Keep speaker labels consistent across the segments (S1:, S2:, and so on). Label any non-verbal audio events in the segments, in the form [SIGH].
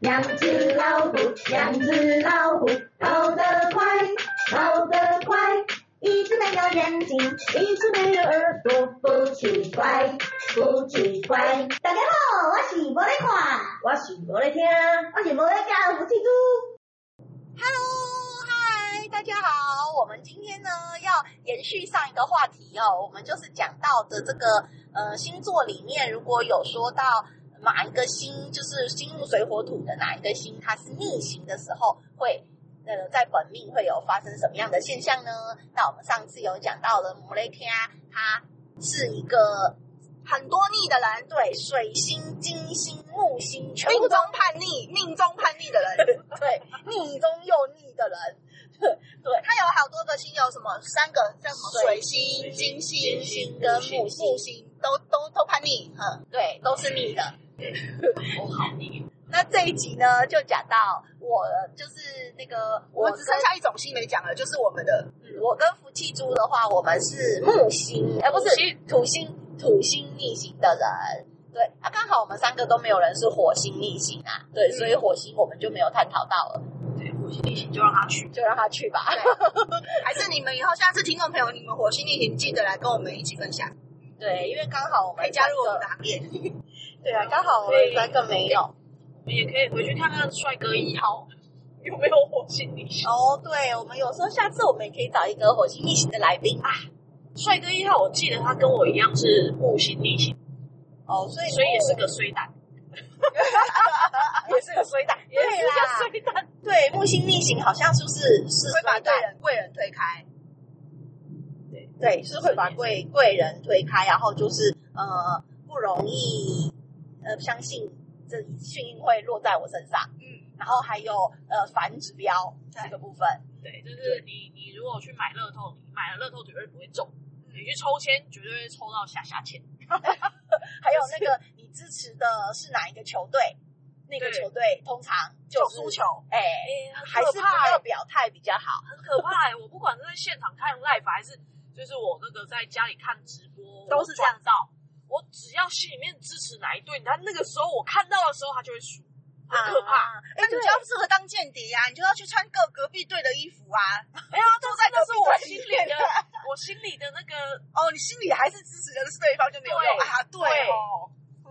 S1: 两只老虎，两只老虎，跑得快，跑得快。一只没有眼睛，一只没有耳朵，不奇怪，不奇怪。
S2: 大家好，我是无咧看，
S1: 我是无咧听，
S2: 我是无咧教，我是猪。
S3: Hello，嗨，大家好，我们今天呢要延续上一个话题哦，我们就是讲到的这个呃星座里面，如果有说到哪一个星就是金木水火土的哪一个星它是逆行的时候会。呃，在本命会有发生什么样的现象呢？那我们上次有讲到了摩雷天，它是一个
S4: 很多逆的人，
S3: 对水星、金星、木星全部都
S4: 命中叛逆、命中叛逆的 [LAUGHS] 人，
S3: 对逆中又逆的人，
S4: 他有好多个星，有什么三个叫什么水星、
S3: 金
S4: 金星
S3: 星
S4: 跟
S3: 跟木星
S4: 木星都都都叛逆，嗯，
S3: 对，都是逆的。那这一集呢，就讲到我就是那个
S4: 我
S3: 我
S4: 们只剩下一种星没讲了，就是我们的
S3: 跟我跟福气猪的话，我们是木星，哎、不是土星，土星逆行的人。对啊，刚好我们三个都没有人是火星逆行啊，对，所以
S4: 嗯
S3: 火星我们就没有探讨到了，
S5: 对，火星逆行就让他去。
S3: 就让他去吧。
S4: 啊还是你们以后下次听众朋友，你们火星逆行记得来跟我们一起分享，
S3: 对，因为刚好我
S4: 可以
S3: 们
S4: 加入我
S3: 三
S4: 们
S3: 个
S4: 的，行列。
S3: [LAUGHS] 对啊，刚好我们三个没有。
S5: 我们也可以回去看看帅哥一号有没有火星逆行。
S3: 哦，对，我们有时候下次我们也可以找一个火星逆行的来宾啊。
S5: 帅哥一号，我记得他跟我一样是木星逆行，
S3: 哦，所以啊
S5: 所以也是个衰蛋，
S3: 也是个衰蛋，
S5: 也是
S3: 对啦，
S5: 个衰蛋。
S3: 对，木星逆行好像是不是是
S4: 会把
S3: 衰
S4: 贵
S3: 蛋？
S4: 人贵人推开，
S3: 对，是会把贵贵人推开，然后就是呃不容易呃相信这幸运会落在我身上，
S4: 嗯，
S3: 然后还有呃反指标这个部分，
S5: 对，就是你你如果去买乐透，你买了乐透绝对不会中，
S4: 嗯
S5: 你去抽签绝对会抽到下下签。
S3: 还有那个你支持的是哪一个球队，那个
S5: 对
S3: 球队通常就是
S4: 就输球
S3: 哎、
S5: 哎、很
S3: 还是
S5: 可
S3: 不
S5: 怕、
S3: 要
S5: 欸，
S3: 表态比较好。
S5: 很可怕、欸！我不管是在现场看 live 还是就是我那个在家里看直播，
S4: 都是这样
S5: 我转到。我只要心里面支持哪一队，他那个时候我看到的时候，他就会输，很可怕。
S3: 啊！
S4: 那你就要适合当间谍啊呀，你就要去穿各隔壁队的衣服啊。
S5: 没有，这真的是我心里
S4: 对
S5: 的，我心里的那个
S4: [LAUGHS] 哦，你心里还是支持的是对方就没有用
S5: 对
S4: 啊， [LAUGHS] 对
S5: [LAUGHS]
S4: 哦，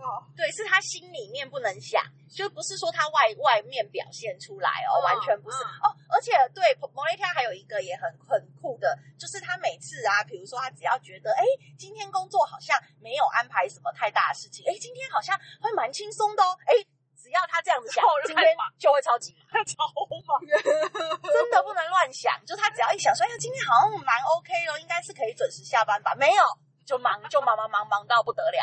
S4: 哦，
S3: 对，是他心里面不能想，就不是说他外外面表现出来哦，
S5: 嗯
S3: 完全不是、
S5: 嗯
S3: 哦。而且对摩雷天还有一个也很很酷的，就是他每次啊，比如说他只要觉得哎，诶今天工作好像没有安排什么太大的事情，哎，今天好像会蛮轻松的哦，哎。只要他这样子想
S5: 超，乱
S3: 今天
S5: 嘛
S3: 就会超级忙，
S5: 超忙，
S3: 真的不能乱想。 [LAUGHS] 就他只要一想说，哎呀，今天好像蛮 OK 咯，应该是可以准时下班吧？没有，就忙，就忙忙忙忙到不得了。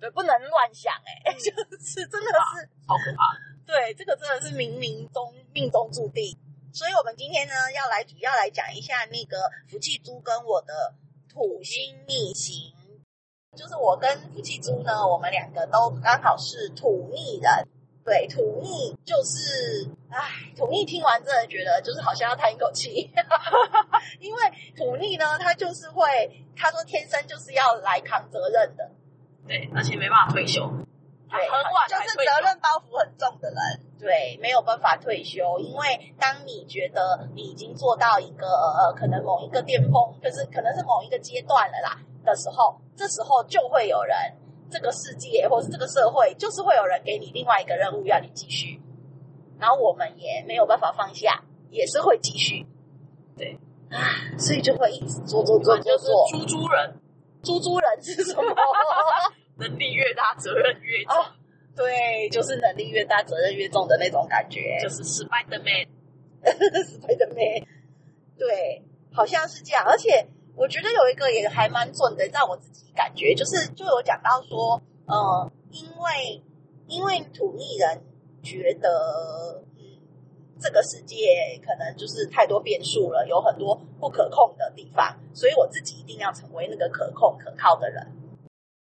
S3: 对，不能乱想、哎、 [LAUGHS] 就是真的是
S5: 好可怕。
S3: 对，这个真的是冥冥中命中注定。所以我们今天呢，要来主要来讲一下那个福气猪跟我的土星逆行。就是我跟福气猪呢，我们两个都刚好是土逆人。对，土逆就是，唉，土逆听完真的觉得就是好像要叹一口气， [LAUGHS] 因为土逆呢，他就是会，他说天生就是要来扛责任的，
S5: 对，而且没办法退休，他
S3: 对
S5: 很晚
S4: 就
S5: 才
S4: 是
S5: 退
S4: 责
S5: 休。
S4: 任包袱很重的人。
S3: 对，没有办法退休，因为当你觉得你已经做到一个呃，可能某一个巅峰，就是可能是某一个阶段了啦的时候，这时候就会有人，这个世界或是这个社会，就是会有人给你另外一个任务要你继续，然后我们也没有办法放下，也是会继续，
S5: 对
S3: 啊，所以就会一直做做做做
S5: 就是
S3: 做，
S5: 猪猪人，
S3: 猪猪人是什
S4: [LAUGHS]
S3: 么？
S5: 能力越大，责任越重，
S3: 哦，对，就是能力越大，责任越重的那种感觉，
S5: 就是失败的 man。
S3: [LAUGHS] Spiderman，对，好像是这样。而且我觉得有一个也还蛮准的，让我自己感觉就是，就有讲到说，呃，因为因为土逆人觉得，嗯，这个世界可能就是太多变数了，有很多不可控的地方，所以我自己一定要成为那个可控可靠的人。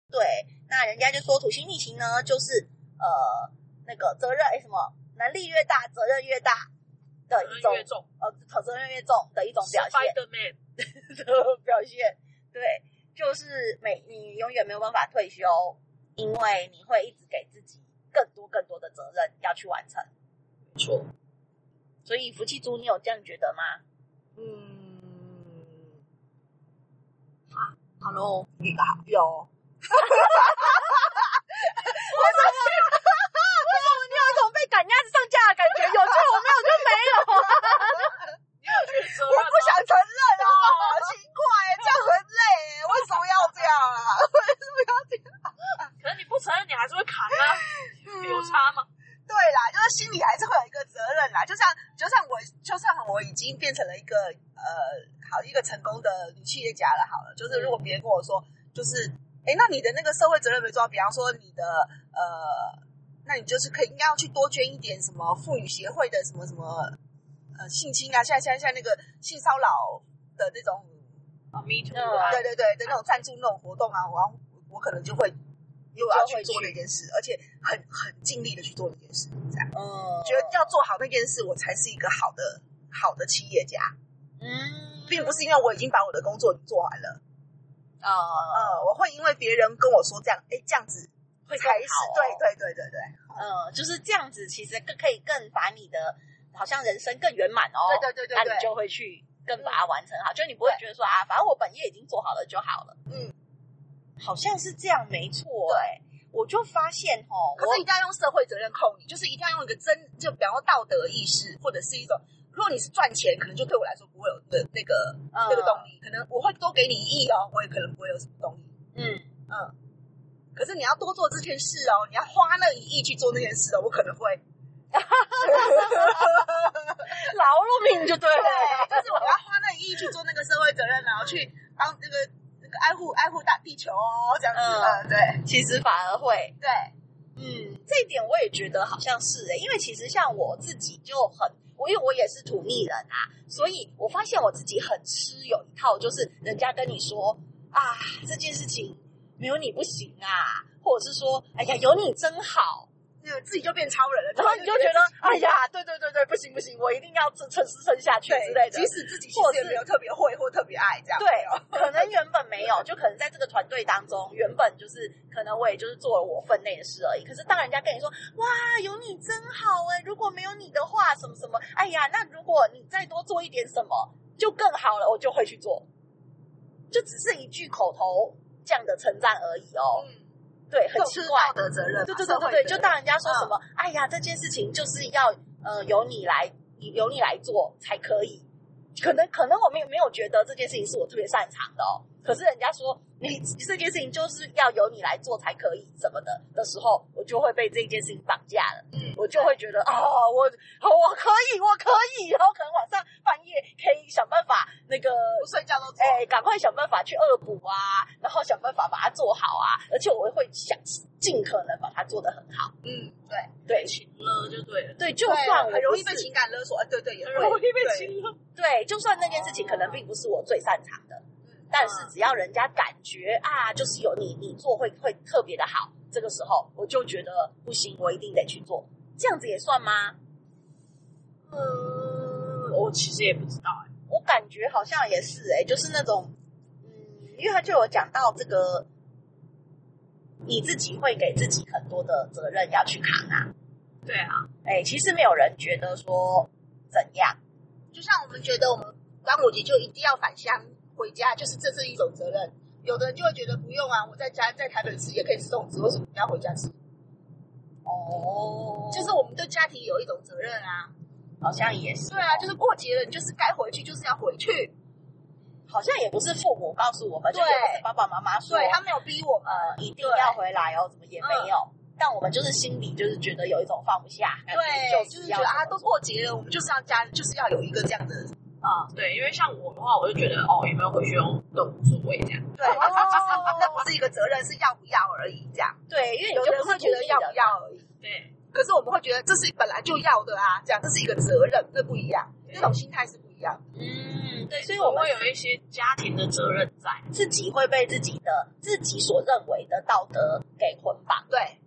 S3: 对，那人家就说土星逆行呢，就是呃，那个责任哎什么，能力越大，责任越大的
S5: 责
S3: 一
S5: 任
S3: 种
S5: 越重，
S3: 呃，讨责任越重的一种
S5: 失
S3: 表
S5: 败
S3: 现 [LAUGHS]
S5: 的
S4: [LAUGHS]
S5: man。
S3: 的表现，对，就是每你永远没有办法退休，因为你会一直给自己更多更多的责任要去完成。错。所以福气猪，你有这样觉得吗？
S4: 嗯，
S3: 啊好喽， [LAUGHS]
S4: 有。
S3: 有一种被赶鸭子上架的感觉，有就有，没有就没有。
S5: 你有觉得
S4: 我不想承认
S5: [LAUGHS]
S4: 啊，奇怪，这样很累，为什么要这样啊？为什么要这样？
S5: 可是你不承认，你还是会扛啊，有差吗？
S4: 嗯对啦，就是心里还是会有一个责任啦。就像就像我，就像我已经变成了一个呃，好一个成功的女企业家了。好了，就是如果别人跟我说，就是哎，诶那你的那个社会责任没做到，比方说你的呃，那你就是可以应该要去多捐一点什么妇女协会的什么什么呃性侵啊，现在现在现在那个性骚扰的那种
S5: 啊，me too
S3: 嗯
S5: 啊，
S4: 对对对的那种赞助那种活动啊，我要我可能就会又要去做那件事，而且很很尽力的去做那件事，这样
S3: 嗯
S4: 觉得要做好那件事，我才是一个好的好的企业家，
S3: 嗯
S4: 并不是因为我已经把我的工作做完了，
S3: 呃
S4: 呃，我会因为别人跟我说这样，哎，这样子
S3: 会更
S4: 才是
S3: 好哦
S4: 对对对对对
S3: 呃，就是这样子，其实更可以更把你的好像人生更圆满哦。
S4: 对对对对
S3: 那
S4: 对嗯
S3: 你就会去更把它完成好，就你不会觉得说啊，反正我本业已经做好了就好了。
S4: 嗯，
S3: 好像是这样，没错。对，我就发现哦，
S4: 可
S3: 我
S4: 是一定要用社会责任控你，就是一定要用一个真，就比方说道德意识，或者是一种，如果你是赚钱，可能就对我来说不会有那那个、
S3: 嗯
S4: 那个动力，可能我会多给你一亿哦，我也可能不会有什么动力。
S3: 嗯，
S4: 可是你要多做这件事哦，你要花那一亿去做那件事哦，我可能会，
S3: 劳碌命就对
S4: 对啊
S3: 了，。
S4: 就是我要花那一亿去做那个社会责任，然后去帮那个那个爱护爱护大地球哦，这样子，
S3: 嗯
S4: 嗯，对
S3: 其实反而会，
S4: 对，
S3: 嗯，这一点我也觉得好像是欸诶、因为其实像我自己就很，我因为我也是土蜜人啊，所以我发现我自己很吃有一套，就是人家跟你说啊这件事情没有你不行啊，或者是说哎呀有你真好，
S4: 那自己就变超人了，
S3: 然后你就觉得哎呀对对对对不行不行，我一定要撑撑撑下去之类
S4: 对，
S3: 的
S4: 即。使自己其
S3: 或
S4: 实
S3: 者
S4: 也
S3: 是
S4: 没有特别会或特别爱这样，哦
S3: 对，可能原本没有，就可能在这个团队当中，原本就是可能我也就是做了我分内的事而已。可是当人家跟你说“哇，有你真好哎、如果没有你的话，什么什么，哎呀，那如果你再多做一点什么，就更好了”，我就会去做，就只是一句口头这样的称赞而已哦。
S4: 嗯。
S3: 对，很
S4: 很
S3: 奇
S4: 吃
S3: 怪
S4: 道。德责任嘛，
S3: 对对
S4: 社
S3: 对对
S4: 会嗯责
S3: 对，
S4: 任
S3: 就当人家说什么“哎呀，这件事情就是要呃由你来，由你来做才可以”，可能可能我们也没有觉得这件事情是我特别擅长的哦。可是人家说你这件事情就是要由你来做才可以什么的的时候，我就会被这件事情绑架了。
S4: 嗯
S3: 我就会觉得哦，我我可以，我可以，然后可能晚上半夜可以想办法那个
S4: 不睡觉都做，
S3: 哎，赶快想办法去恶补啊，然后想办法把它做好啊，而且我会想尽可能把它做得很好。
S4: 嗯，对，
S3: 对
S5: 情了就对了，
S3: 对，就算我
S4: 很容易
S3: 不
S4: 被
S3: 是
S4: 情感勒索，哎，对对，也
S5: 很
S4: 会
S5: 容易被
S4: 对
S5: 情了。
S3: 对，就算那件事情可能并不是我最擅长的，
S4: 嗯
S3: 但是只要人家感觉啊，就是有你你做会会特别的好，这个时候我就觉得不行，我一定得去做，这样子也算吗？
S4: 呃
S5: 嗯，我其实也不知道哎、
S3: 我感觉好像也是
S4: 欸
S3: 哎、就是那种，嗯，因为他就有讲到这个，你自己会给自己很多的责任要去扛啊。
S5: 对啊，
S3: 哎、其实没有人觉得说怎样，
S4: 就像我们觉得我们端午节就一定要返乡回家，就是这是一种责任。有的人就会觉得不用啊，我在家在台北吃也可以吃粽子，为什么你要回家吃？
S3: 哦，
S4: 就是我们对家庭有一种责任啊。
S3: 好像也是，
S4: 对啊，就是过节了，你就是该回去就是要回去。
S3: 好像也不是父母告诉我们，就也
S4: 对
S3: 不是爸爸妈妈说，
S4: 对他没有逼我们，嗯
S3: 呃一定要回来哦，怎么也没有。但我们就是心里就是觉得有一种放不下，感觉
S4: 对，
S3: 就
S4: 就是是
S3: 要
S4: 觉得啊，
S3: 怎么
S4: 都过节了，我们就是要家，就是要有一个这样的。
S5: 啊，对，因为像我的话，我就觉得哦，有没有回去用都无所谓这样。
S4: [LAUGHS] 对，
S3: 哦
S4: 那不是一个责任，是要不要而已。这样，
S3: 对，因为
S4: 有
S3: 你就
S4: 的人
S3: 不
S4: 会
S3: 是
S4: 觉得要不要而已。
S5: [LAUGHS] 对，
S4: 可是我们会觉得这是本来就要的啊，这样这是一个责任，那不一样，
S5: 对
S4: 那种心态是不一样的。
S3: 嗯，对，所以
S5: 我
S3: 我们
S5: 会有一些家庭的责任在。
S3: 自己会被自己的自己所认为的道德给捆绑。
S4: 对，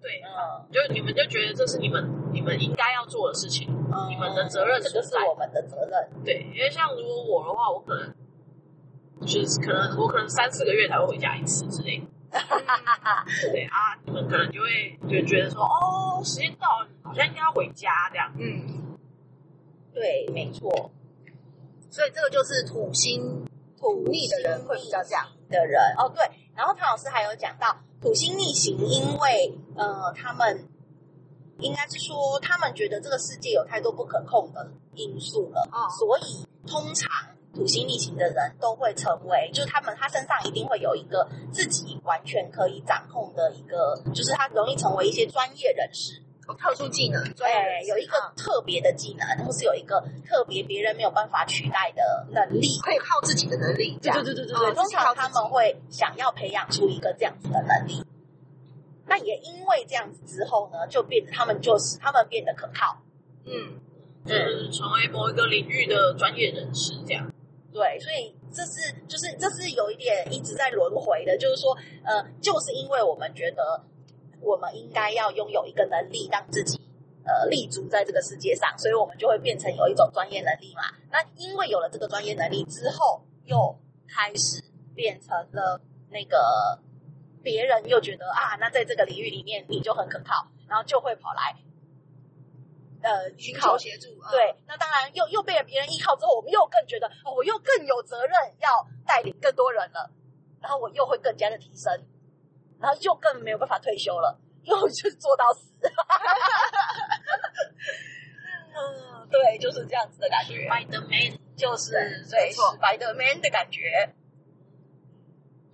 S5: 对，
S3: 嗯，
S5: 就你们就觉得这是你们你们应该要做的事情，你们的责任
S3: 嗯这
S5: 所
S3: 个是
S5: 在。
S3: 我们的责
S4: [LAUGHS]
S3: 任。
S5: 对，因为像如果我的话，我可能就是可能我可能三四个月才会回家一次之类的。对啊，你们可能就会就觉得说，哦，时间到了，好像应该要回家这样。
S4: 嗯，
S3: 对，没错，
S4: 所以这个就是土星
S3: 土
S4: 逆的人会比较这样。
S3: 的人哦，对。然后唐老师还有讲到土星逆行，因为呃，他们应该是说他们觉得这个世界有太多不可控的因素了，
S5: 哦
S3: 所以通常土星逆行的人都会成为，就是他们他身上一定会有一个自己完全可以掌控的一个，就是他容易成为一些专业人士。
S4: 有特殊哦技能，专业
S3: 对
S4: 人，士
S3: 哎有一个
S4: 啊
S3: 特别的技能，或是有一个特别别人没有办法取代的能力，
S4: 可以靠自己的能力，
S5: 对
S4: 这样
S5: 对对对
S4: 哦
S5: 对，
S3: 通
S4: 自己靠
S3: 常
S4: 自己
S3: 他们会想要培养出一个这样子的能力。那也因为这样子之后呢，就变他们就是他们变得可靠，
S4: 嗯，
S5: 就是成为某一个领域的专业人士这样。
S3: 对，所以这是就是这是有一点一直在轮回的，就是说，呃，就是因为我们觉得我们应该要拥有一个能力，让自己呃立足在这个世界上，所以我们就会变成有一种专业能力嘛。那因为有了这个专业能力之后，又开始变成了那个别人又觉得啊，那在这个领域里面你就很可靠，然后就会跑来呃
S4: 寻
S3: 靠
S4: 求协助，啊，
S3: 对，那当然又又被了别人依靠之后，我们又更觉得、哦、我又更有责任要带领更多人了，然后我又会更加的提升，然后又更没有办法退休了，又就做到死。 [LAUGHS] 嗯，对，就是这样子的感觉，
S5: By the man，
S3: 就是
S4: 对
S3: 对
S4: 没错
S3: 是 by the man 的感觉。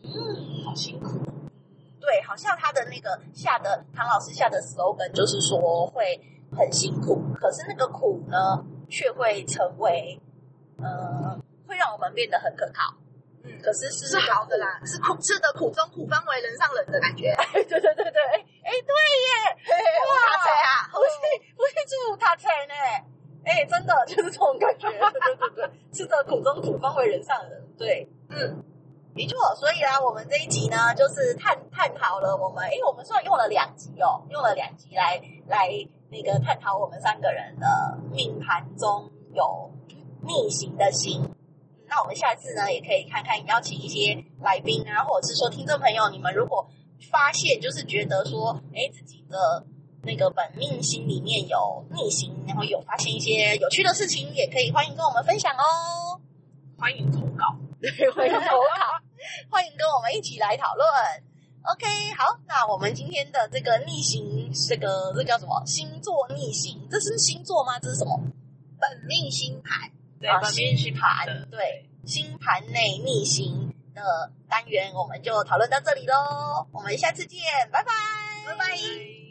S5: 嗯，好辛苦。
S3: 对，好像他的那个下的唐老师下的 slogan 就是说会很辛苦，可是那个苦呢，却会成为，呃，会让我们变得很可靠。 [LAUGHS]
S4: 嗯
S3: 可是是
S4: 是好的啦，是苦吃的苦中苦，方为人上人的感觉。
S3: 对对对对，哎哎对耶，
S4: 嘿嘿我
S3: 哇
S4: 打谁啊？
S3: 不是不是祝他成呢，哎真的就是这种感觉，对对对对，是的苦中苦方为人上人，对，
S4: 嗯，
S3: 没错，所以啊，我们这一集呢，就是探探讨了我们，诶，我们虽然用了两集哦，用了两集来来那个探讨我们三个人的命盘中有逆行的星。嗯那我们下次呢，也可以看看邀请一些来宾啊，或者是说听众朋友，你们如果发现就是觉得说，诶，自己的那个本命星里面有逆行，然后有发现一些有趣的事情，也可以欢迎跟我们分享哦。
S5: 欢迎投稿。
S3: 对， [LAUGHS] 欢迎投稿， [LAUGHS] 欢迎跟我们一起来讨论。OK，好，那我们今天的这个逆行，这个这叫什么？星座逆行，这是星座吗？这是什么？
S4: 本命星盘，
S5: 对，
S3: 啊
S5: 本命星盘的
S3: 盘，对，星盘内逆行的单元，我们就讨论到这里喽。我们下次见，拜拜，拜拜
S5: 对